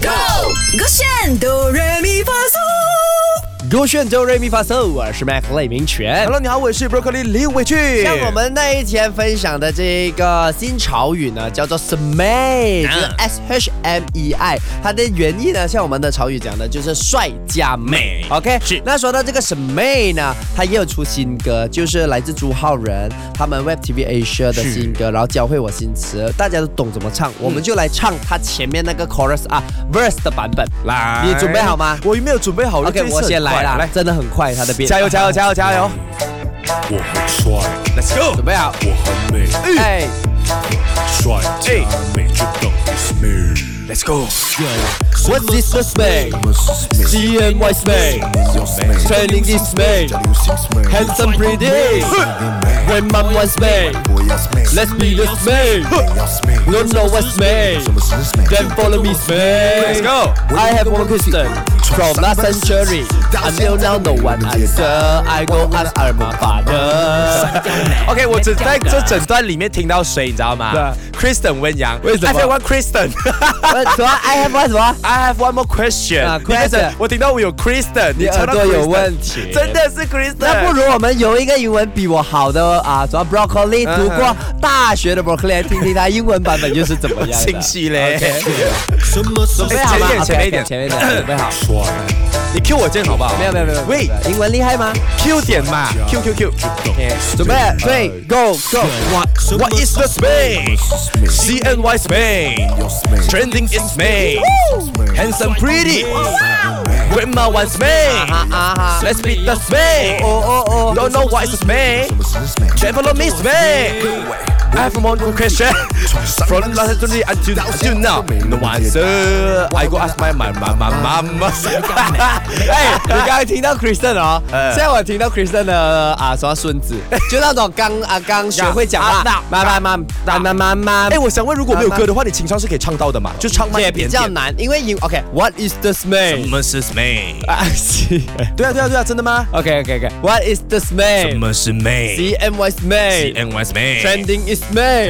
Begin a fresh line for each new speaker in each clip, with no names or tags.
Go！我选哆来咪发嗦。
勾选周瑞米发嗦，我是 Mac 雷明全。
Hello，你好，我是 Broccoli 李伟俊。
像我们那一天分享的这个新潮语呢，叫做 smei，就是
啊
s h m e i，它的原意呢，像我们的潮语讲的，就是帅加美。OK，
是
那说到这个 smei 呢，它也有出新歌，就是来自朱浩仁他们 Web TV Asia 的
是嗯
新歌，然后教会我新词，大家都懂怎么唱，我们就来唱它前面那个 chorus 啊 verse 的版本。
来，
你准备好吗
我没有准备好
？OK，我先来啦，
来，
真的很快，它的变。
加油，加油，加油，加油
我很帅，
！Let's go！
准备好，
我很美，
哎。
帅加美就等于 smooth。
Let's go，
What is the smell? C N Y smell. Training is smell. Handsome pretty. When mom was made. Let's be the smell. Don't know what's made. Then follow me
Let's
smell.
go！
I have one question. From last century until now, no one answer. I go ask her, my father.
OK，我只在这整段里面听到谁，你知道吗？，Kristen 温阳。
为什么
I have one Kristen.
什么？I have one 什么？
I have one more question.
啊
你开始
question
我听到我有 Kristen，你
你
唱
耳
到
朵
Kristen
有问题。
真的是 Kristen。
那不如我们由一个英文比我好的啊，主要 broccoli
嗯
读过大学的 broccoli 来听听他英文版本又是怎么样的。
清晰嘞。哎
什么什
准
么
备好吗？
前面
OK，
前面一点嗯
前面一点，准备好。
帅
你 Q 我键好不好？
没有没有没有，没
喂
有英文厉害吗？
，Q 点嘛，Q Q Q。
就等于 smooth
准备 three go go。
What is the Spain? C N Y Spain. Trending is Spain. Handsome pretty. Grandma wants Spain.
啊哈，
Let's beat the Spain.
哦哦哦，
Don't know why it's Spain. Then follow me Spain. I have one question. From last Sunday until, until now, no answer. I go ask my mama, mama, mama.
哎，你刚才听到 Kristen 哦，
嗯
现在我听到 Kristen 的啊什么孙子，就那种刚啊刚学会讲话
呀啊，
妈妈妈妈妈妈妈。
哎，我想问，如果没有歌的话，你情商是可以唱到的嘛？就唱慢一
也
点
比
点。
较难，因为英 OK。What is the smell？
么是 smooth？
啊，是。
对啊，对啊，对啊，真的吗？
OK OK OK. What is the smell?
么是美
C M Y smell.
N Y smooth。
Trending is smell.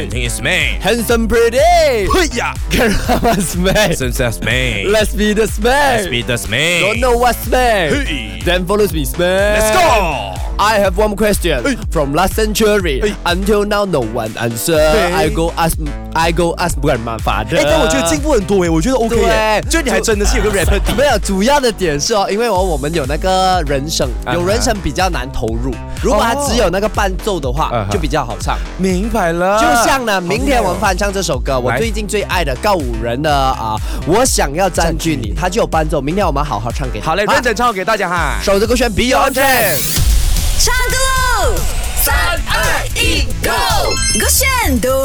听 smooth，
Handsome pretty.
嘿呀，
Karama smell.
真是 smooth。
Let's be the smell.
the smooth。
Don't know what smell.
Hey.
Then follows me smell.
Let's go。
I have one question from last century until now no one answer. I go ask I go ask grandfather.
哎，但 我觉得进步很多哎，我觉得 OK 哎，
对
就你还真的是有个 rapper 底。
没有，主要的点是哦，因为我我们有那个人声，有人声比较难投入。如果它只有那个伴奏的话
嗯哼
就比较好唱。
明白了，
就像呢，明天我们翻唱这首歌，我
啊来
最近最爱的告五人的啊，我想要占据你，它就有伴奏。明天我们好好唱给他。
好嘞，认真唱给大家哈。
守着歌选 Beyond Trend。
唱歌喽！三二一，Go！我选哆